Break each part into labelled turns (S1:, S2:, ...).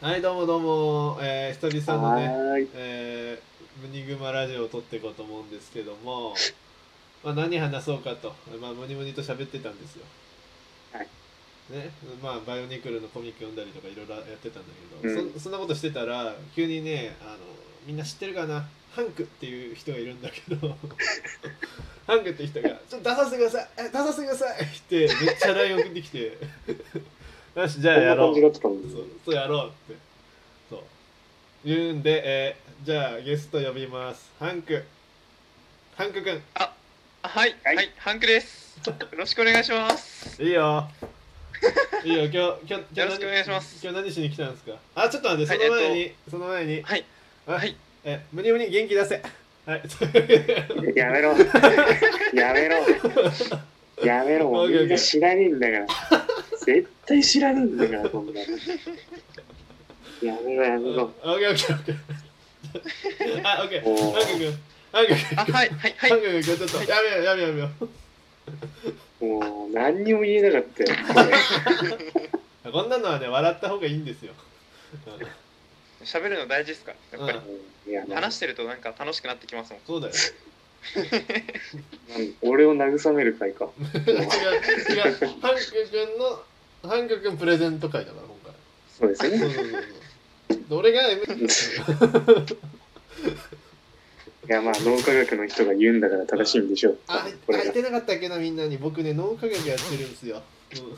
S1: はい、どうもどうも、えー、久々のね、
S2: はーい。
S1: えー、ムニグマラジオを撮っていこうと思うんですけど も、まあ、何話そうかと、まあ、ムニムニと喋ってたんですよ。
S2: はい。
S1: ね、まあ、バイオニクルのコミック読んだりとかいろいろやってたんだけど、
S2: うん
S1: そそんなことしてたら、急にね、あの、みんな知ってるかな、ハンクっていう人がいるんだけ ど、ハンクって人が、ちょっと出させてくださいえ出させてくださいって、めっちゃ LINE 送ってき て、よし、じゃあ
S2: こん
S1: や
S2: な
S1: ろう
S2: 感じ。だったもんね。
S1: そうそうやろうってそう言うんで、えーじゃあゲスト呼びますハンクハンクくん
S3: はい、
S2: は
S3: はいい、ハンクです。よろしくお願いします。
S1: いい よいいよ今日今日今日
S3: よろしくお願いします
S1: 今日何しに来たんですかあちょっと待ってそ
S3: はい
S1: の前に、
S3: え
S1: その前に
S3: はい、
S1: あ
S3: はい、
S1: え無理無理元気出せ はい
S2: やめろ。やめろ。やめろ。もうみんな知らねえんだから。絶対知らねえんだから、こんなの。やめろ、や
S1: オ
S2: めろ。
S1: ッケーオッケーオッケーあオッケー
S2: おー
S1: ハンクくんハンクくん
S3: あ、はい、はい、は
S1: ハン
S3: い、
S1: クくんちょっとやめようやめようやめよう
S2: もう、何にも言えなかったよ。
S1: こんなのはね笑った方がいいんですようん
S3: 喋るの大事ですか。やっぱり、
S2: いや、まあ
S3: 話してると、なんか楽しくなってきますもん。
S1: そうだよ
S2: 俺を慰める会か。
S1: 違う違うハンク君のハンク君プレゼント会だから今
S2: そうです
S1: 回そ
S2: ね。
S1: うそうそうそうで俺が M
S2: いや、まあ、脳科学の人が言うんだから正しいんでしょう。
S1: あ
S2: これ
S1: 空い
S2: が。
S1: てなかったっけなみんなに僕ね脳科学やってるんですよ、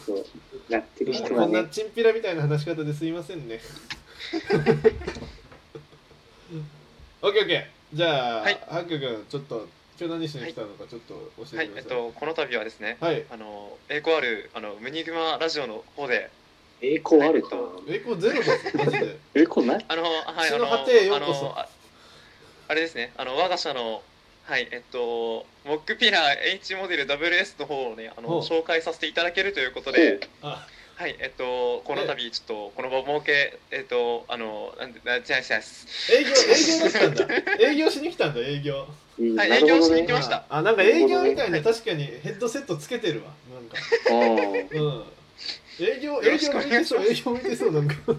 S2: そうなって
S1: うん
S2: る人
S1: こ
S2: が
S1: んな
S2: ね、
S1: チンピラみたいな話し方ですいません ねオッケーオッケーじゃあ、
S3: はい
S1: ハンク君ちょっと今日何しに来たのかちょっと教
S3: は
S1: えて
S3: い、
S1: くだ
S3: えっ
S1: さい
S3: と、この度はですね、
S1: はい、
S3: あの、栄光ある、あの、ムニグマラジオの方で。
S2: 栄光あるかな。
S1: えこれゼロだぞマジで
S2: 栄光ない
S3: あの、はい、
S1: そ
S3: あ
S1: の
S3: の、
S1: 果てへよう
S3: あ
S1: こそ
S3: の、ああれですね、あの、我が社の。はい、えっと、モックピラー H モデル WS の方をね、あ
S1: ほう
S3: の、紹介させていただけるということで。
S1: あ
S3: はい、えっと、この度、ちょっと、この場を設け、えっと、あの、なんで、な、違います違います。
S1: 営業営業だったんだ営業しに来たんだ営業
S2: うん
S3: はい
S2: なるほど
S3: 営業しに行き
S2: ね
S3: ま。した
S1: あなんか営業みたい
S3: は
S1: に
S3: い
S1: 確かにヘッドセットつけてるわなん か
S2: ああ。
S1: うん営業
S3: よ
S1: 営
S3: ろし
S1: 業
S3: くお
S1: 向い
S3: 願
S1: て
S3: いし
S1: そ
S3: ま
S1: う
S3: す
S1: 営業向いてそうなんか
S3: よ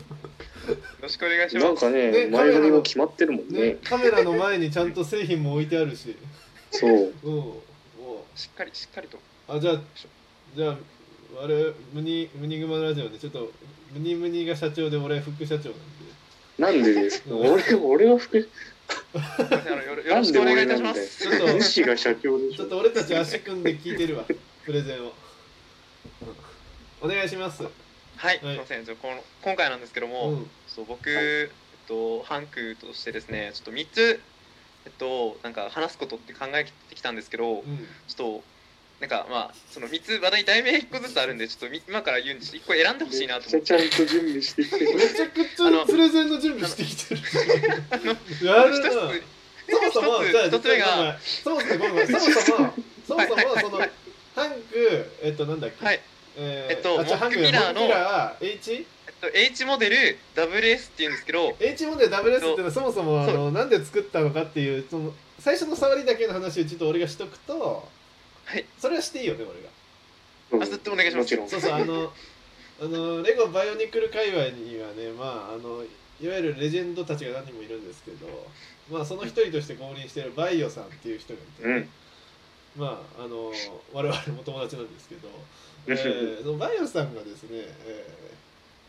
S3: ろしくお願いします。
S2: なんかね、
S1: ね
S2: 前髪も決まってるもんね。
S1: ねカメラの前にちゃんと製品も置いてあるし
S2: そう。
S1: うんおう
S3: しっかりしっかりと。
S1: あじゃあじゃああれムニムニグマラジオでちょっとムニムニが社長で俺副社長なんで
S2: なんでです か
S1: うん
S2: 俺、俺は副、
S3: すいませんあのよろよ
S2: な
S3: ろ
S2: ん
S3: し
S2: で
S3: くお願い
S2: 俺
S3: い
S2: な
S3: た
S2: ん
S3: しま
S2: だよ
S3: す。
S1: ちょっと
S2: 主が社長でし
S1: ちょ
S2: ょ
S1: っ。と俺たち足組んで聞いてるわプレゼンをお願いします
S3: はい、す
S1: はい
S3: みません。じゃあこの今回なんですけども、
S1: うん
S3: そう僕、えっとハンクとしてですね、ちょっと三つえっとなんか話すことって考えてきたんですけど
S1: う、ん
S3: ちょっとなんかまあその三つ話題題名一個ずつあるんで、ちょっとみ今から言うんでちょっと一個選んでほしいなと
S2: め
S3: 思
S2: っ
S3: っ
S2: ち
S3: て。
S2: ゃちゃんと準備してき てる。
S1: めちゃくち
S3: あ
S1: ゃ
S3: の
S1: プレゼンの準備してきてるや
S3: 一
S1: る
S3: つ
S1: なそ
S3: 一
S1: もそも、
S3: つ
S1: じゃあ、
S3: 一つ目が
S1: そもそも、ごめんごめんそもそも、そもそも、その、ハンク、えっと、なんだっけ、
S3: はい、
S1: え
S3: えっと
S1: あじゃあハンク
S3: モックミラーの
S1: モックミラー H?
S3: えっと H モデル WS って言うんですけど、
S1: H モデル WS っていうのは、そもそも、あの、なんで作ったのかっていう、その、最初の触りだけの話をちょっと俺がしとくと、
S3: はい、
S1: それはしていいよね、俺が。
S3: あずっとお願いします
S2: もちろん。
S1: そうそう、あの、あの、レゴバイオニクル界隈にはね、まあ、あの、いわゆるレジェンドたちが何人もいるんですけど、まあ、その一人として降臨しているバイオさんっていう人がいて、
S2: うん。
S1: まああの我々も友達なんです けど、えー、そのバイオさんがですね、え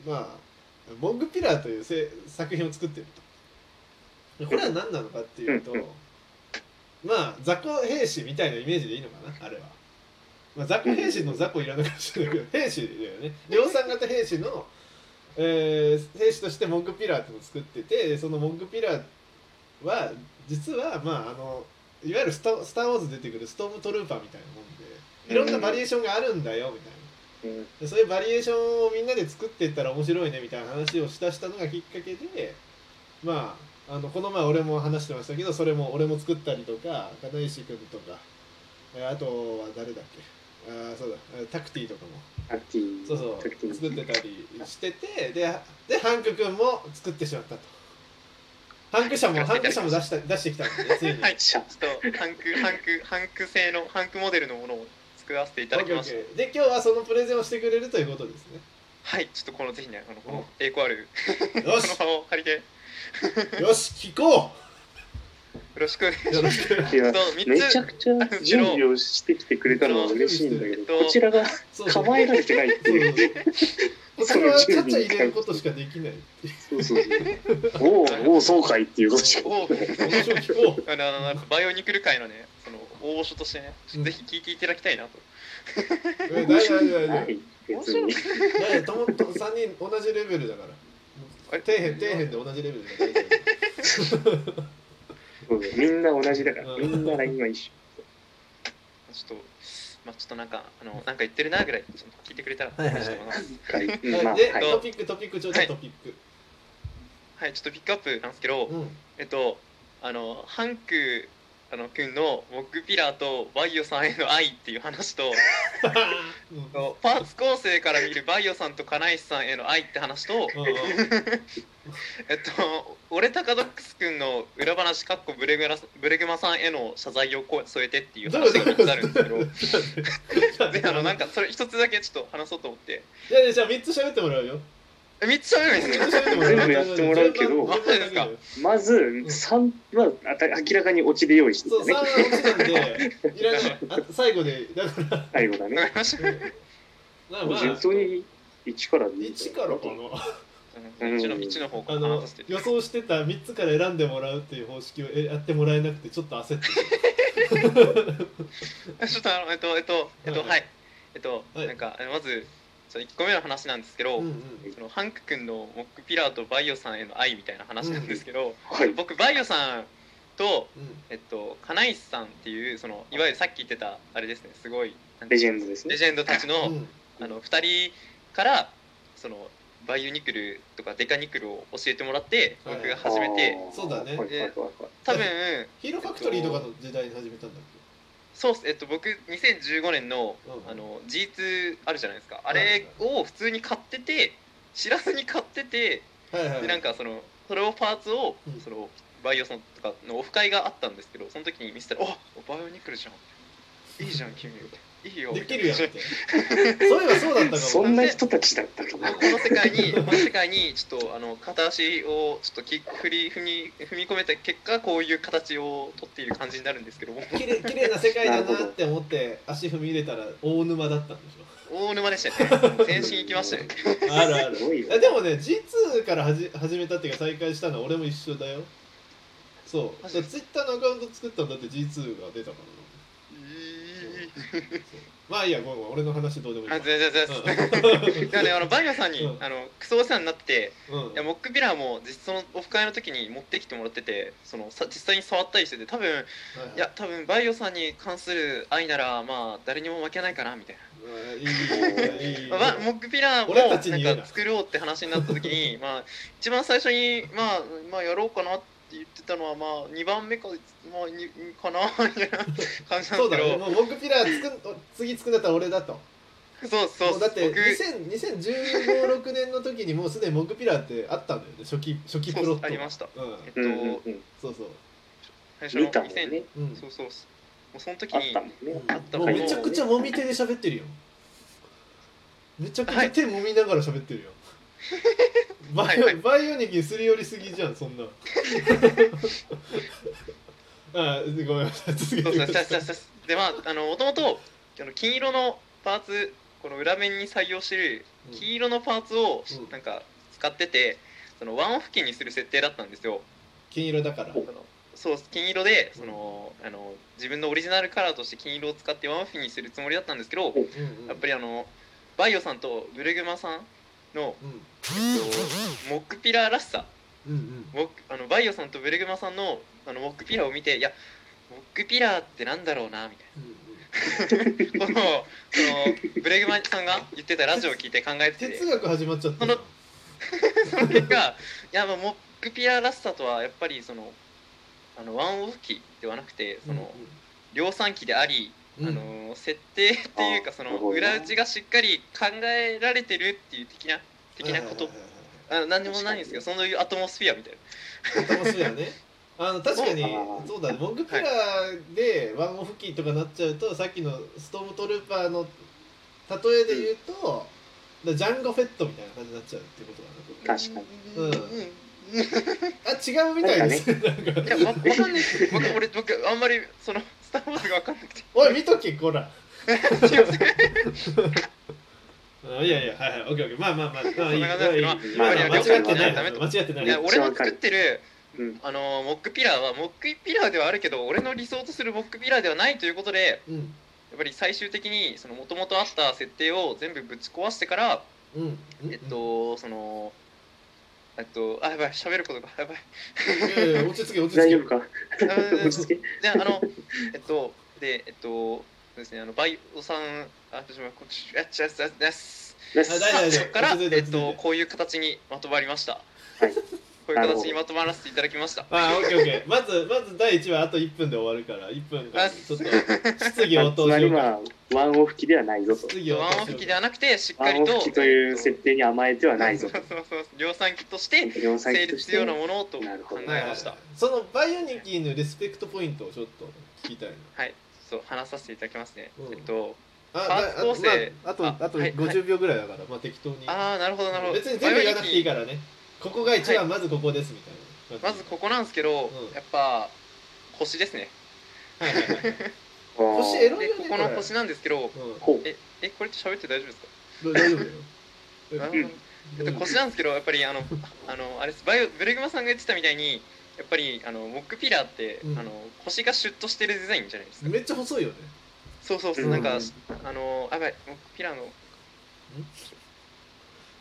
S1: ーまあ「モングピラー」というせ作品を作ってるとでこれは何なのかっていうと、
S2: うんうん
S1: まあ雑魚兵士みたいなイメージでいいのかなあれは、まあ、雑魚兵士の雑魚いらないかもしれないけど兵士だよね量産型兵士の、えー兵士としてモングピラーっていうのを作っててそのモングピラーは実はまああのいわゆるスタ「スター・ウォーズ」出てくるストームトルーパーみたいなもんでいろんなバリエーションがあるんだよみたいな。
S2: うん
S1: でそういうバリエーションをみんなで作っていったら面白いねみたいな話をしたしたのがきっかけでまああのこの前俺も話してましたけどそれも俺も作ったりとか金石君とかえーあとは誰だっけあーそうだえータクティとかも
S2: タクティ
S1: そうそ
S2: タクテ
S1: う
S2: ィ
S1: 作ってたりしててででハンク君も作ってしまったとハンク社もハンク社も出した出してきたのでついに。
S3: はい、
S2: シャ
S3: ちょっとハンクハンクハンク製のハンクモデルのものを作らせていただきました。
S1: オッケーオッケーで今日はそのプレゼンをしてくれるということですね
S3: はいちょっとこのぜひねあのこの栄光ある
S1: よ
S3: この
S1: し
S3: 場を借りてよ
S1: よし聞こ
S3: ろしくお 願いし
S1: う
S3: ます
S1: よろしく
S2: いや
S3: そう三つ
S2: めちゃくちゃ準備をしてきてくれたのは嬉しいんだけど、
S3: えっと
S2: こちらが
S1: そうそう
S2: 構えられてない って
S1: そうそう
S2: いう。
S1: そうこちらはちゃちゃ入れることしかでき ないっていう
S2: そうそうそう。おうおう、そうかいっていうことしか。
S3: お
S1: 話を聞こう
S3: あのやっぱバイオニクル界のねその大御所としてねちょっとぜひ聞いていただきたいなと
S1: うん大丈夫大丈夫
S2: な
S1: 大丈
S2: い別に。
S1: 夫大丈夫ともと3人同じレベルだから
S3: あれ
S1: 底辺底辺で同じレベルだから大丈
S2: そうだよみんな同じだから、みんなラインは一緒。
S3: ちょっとまあちょっとなんかあのなんか言ってるなぐらいちょっと聞いてくれたら
S1: はいはいはい
S3: 嬉しいと思ます
S2: はい、
S1: 夫
S2: まあ、
S1: は
S2: はいい
S1: で、
S3: はい
S1: トピックトピックちょうだいトピック、
S3: はいちょっとピックアップなんですけど、
S1: うん
S3: えっとあのハンクあの君のモックピラーとバイオさんへの愛っていう話 と
S1: うん
S3: あのパーツ構成から見るバイオさんと金石さんへの愛って話と、えっと、俺タカドックス君の裏話かっこブレグラブレグマさんへの謝罪をこ添えてっていう話が3つあるんですけどであのなんかそれ一つだけちょっと話そうと思って
S1: じゃあじゃあ3つ喋ってもらうよ
S3: え3つあるんですよ
S1: 全
S2: 部やってもらうけどまず、三は、あた、明らかにオチで用意して
S1: そう3
S2: たね
S1: は。落ちなんでいらないあ最後でだから
S2: 最後だ
S3: わか
S2: ね。
S3: りました
S1: ま あまあ
S2: 順当に一から二
S1: 1からかな
S3: うん一の一の方
S1: あ
S3: から話
S1: の
S3: させて
S1: 予想してた3つから選んでもらうっていう方式をえやってもらえなくてちょっと焦って
S3: ちょっとあのえっとえっとえっと
S1: はい
S3: はいえっと
S1: はい
S3: なんかあのまずその1個目の話なんですけ
S1: た、
S3: ど、
S1: うんうん、
S3: そのハンク君のモックピラーとバイオさんへの愛みたいな話なんですけど、
S2: はい。
S3: 僕バイオさんと
S1: うん
S3: えっと金石さんっていうそのいわゆるさっき言ってたあれですねすごいなんて
S2: レジェンドです
S3: レ
S2: ね。
S3: ジェンドたちの,、
S1: うん
S3: あの2人からそのバイオニクルとかデカニクルを教えてもらって
S1: はい
S3: 僕が始めて
S2: あー
S1: そうだね
S2: はいはいはいはい
S3: 多分
S1: ヒーローファクトリーとかの時代に始めたんだっ
S3: そうっすえっと僕2015年の
S1: うん
S3: あの G2 あるじゃないですかあれを普通に買ってて知らずに買ってて
S1: けはいはい
S3: でなんかそのそれをパーツを
S1: うん
S3: そのバイオさんとかのオフ会があったんですけどその時に見せたら「あバイオニクルじゃんいいじゃん君いいよ」
S1: できるやんっ
S3: こ
S1: てそういえばそうだったかも
S2: そんな人たちだったかな。
S3: の世界にこの世界にちょっとあの片足をちょっとき振り踏み踏み込めた結果こういう形を取っている感じになるんですけども
S1: 綺麗綺麗な世界だなって思って足踏み入れたら大沼だったんでしょ
S3: 大沼でしたよね先進行きましたね
S1: あるある
S2: すごいよ
S1: あでもね G2 からはじ始めたっていうか再開したのは俺も一緒だよそうだ
S3: マ
S1: ツ
S3: ジ
S1: イッターのアカウント作ったんだって G2 が出たからなそうまあいいやごめんごめん俺の話どうでもいい
S3: あ全然全然
S1: うん
S3: なのであのバイオさんに、
S1: うん
S3: あのクソお世話になってて
S1: うん
S3: いやモックビラーも実そのオフ会の時に持ってきてもらっててそのさ実際に触ったりしてて多分
S1: はいはい
S3: いや多分バイオさんに関する愛ならまあ誰にも負けないかなみたい
S1: うんいいいいいい
S3: な、まあ、モックビラーも
S1: 俺たちに言うな
S3: なんか作ろうって話になった時 にまあ一番最初にまあまあやろうかなって言ってたのはまあ2番目かまあにかなみたいな感じなん
S1: そう
S3: ですけ
S1: だね
S3: ど
S1: もう僕ピラー作ん次作んだったら俺だと
S3: そうそう
S1: もうだって
S3: 僕
S1: 2000 2015、6年の時にもうすでにモグピラーってあったんだよね初期初期プロット
S3: そうそうありました
S1: うん、
S3: えっと、
S2: うんうんうん。
S1: そうそう、
S3: 最初の
S2: 見たもん
S3: 2000、
S2: ね。
S1: うん
S3: そうそうもうその時
S2: あっ
S3: に
S2: たもんね。
S1: あったもうめちゃくちゃ揉み手で喋ってるよめちゃくち
S3: は
S1: ゃ
S3: い
S1: 手揉みながら喋って るよ、
S3: はい
S1: バ
S3: はい
S1: イオバイオニキすり寄りすぎじゃんそん なあごめんなさい続け
S3: そ
S1: てく
S3: うそう
S1: ださ
S3: そう
S1: い
S3: そうそうでまああのもともと金色のパーツこの裏面に採用してる
S1: うん
S3: 黄色のパーツを
S1: うん
S3: なんか使っててそのワンオフ機にする設定だったんですよ。
S1: 金色だから
S3: そのそう金色でそのあの自分のオリジナルカラーとして金色を使ってワンオフにするつもりだったんですけど
S2: うん
S1: うんうん
S3: やっぱりあのバイオさんとブルグマさんの、
S1: うん
S3: えっと、モックピラーらしさ
S1: うんうん
S3: モックあのバイオさんとブルグマさんのあのモックピラーを見ていやモックピラーってなんだろうなみたいな。
S1: うんうん
S3: このそのブレグマンさんが言ってたラジオを聞いて考えてて
S1: 哲学始まっちゃったじゃん
S3: その結果いやまあモックピアらしさとはやっぱりそのあのワンオフ機ではなくてその量産機であり、
S1: うんうん
S3: あの設定っていうか
S2: あ
S3: そ
S2: な
S3: の
S2: るほど
S3: 裏打ちがしっかり考えられてるっていう的な的なこと
S1: はいはいはいはい
S3: あの何でもないんですけどそういうアトモスフィアみたいな
S1: 楽しいよね。あの確かに
S2: あー
S1: そうだねモグピラーでワンオフキーとかなっちゃうとさっきのストームトルーパーの例えで言うと、らジャンゴフェットみたいな感じになっちゃうっていうことだな
S2: 確かに
S3: う
S1: う
S3: ん。
S1: んあ違うみたいですねなんか
S3: いや、わ、わかんないです。僕、俺、僕、あんまり、その、スター・ウォーズがわかんなくて。
S1: おい見とけこ ら
S3: すいません。
S1: あいやいやはいはいオッケーオッケーまあまあまあまあいい
S3: そんな感じですけど
S1: まあいいま
S2: まあ
S1: あ
S2: いや
S1: 間違ってない
S3: ダメと
S1: 間違ってない
S3: いや
S1: よ
S3: 俺の作ってる
S2: うん
S3: あのモックピラーはモックピラーではあるけど俺の理想とするモックピラーではないということで
S1: うん
S3: やっぱり最終的にその元々あった設定を全部ぶち壊してから
S1: うん
S3: えっとそのえっとあやばい喋ることが やばい
S1: いやいや落ち着け落ち着け
S2: 大丈夫か
S3: あの
S2: 落ち着け
S3: であのえっとでえっとそうですねあのバイオさんあちょっと待ってこっちあっちあっちあっちです
S2: です
S1: あ大丈夫大丈夫
S3: そっから
S1: 落ち着いて
S3: え
S1: 落ち着いて
S3: っとこういう形にまとまりました
S2: はい
S3: こういう形にまとまらせていただきました
S1: あオッケーオッケーまずまず第一話あと1分で終わるから1分間ちょっと質疑応
S2: つ
S1: 答
S2: ま
S1: しよ
S2: り
S1: うか
S2: はワンオフ期ではないぞと
S1: 質疑応
S3: ワン
S1: 答
S3: オ
S1: し
S3: フ
S1: よ
S3: 機
S1: う
S3: では
S1: か
S3: なくてしっか
S2: ワン
S3: り
S2: オ
S3: と
S2: フ期という設
S3: 定
S2: 定に甘えてはない
S3: そ
S2: ぞ
S3: うそうそう量産機として
S2: と量産
S3: 成
S2: 機とし
S3: 立必要
S2: て
S3: なものと考
S2: なるほど
S3: え
S2: ね
S3: ました
S1: はいそのバイオニキーのリスペクトポイントをちょっと聞きたいな
S3: はいそう話させていただきますね、
S1: うん
S3: えっと
S1: あ
S3: パーツ構成
S1: まあ、あとあ
S3: あ
S1: と
S3: はい
S1: 50秒ぐらいだから、まあ適当に
S3: ああなるほどなるほど
S1: 別に全部言わなくていい
S3: バイオリン
S1: からねここが一番、まずここですみたいな
S3: まずここなんですけど、
S1: うん
S3: やっぱ腰ですね
S1: はいはいはい
S2: 星
S1: 星エロい
S3: で
S1: よ
S3: こ
S1: ね
S3: この
S1: れ
S3: 腰なんですけど
S1: う
S2: ほう
S3: ええこれって喋って大丈夫ですか
S1: ん大丈夫だよ
S3: あの
S2: うん
S3: えっと腰なんですけどやっぱりあのあのあれですバイオブレグマさんが言ってたみたいにやっぱりあのモックピラーって、
S1: うん
S3: あの腰がシュッとしてるデザインじゃないですか
S1: めっちゃ細いよね
S3: そうそうそう、
S2: うん
S3: なんかあのあやばいモックピラーの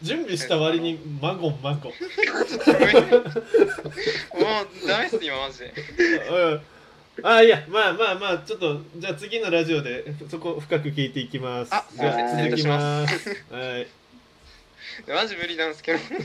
S1: 準備した割にマゴンマゴン
S3: ちょっとごめんなさいもうダメっす今マジで
S1: うんあいやまあまあまあちょっとじゃあ次のラジオでそこ深く聞いていきます
S3: あ
S1: じゃ
S2: すいません
S1: 続きますはい
S3: マジ無理なんですけど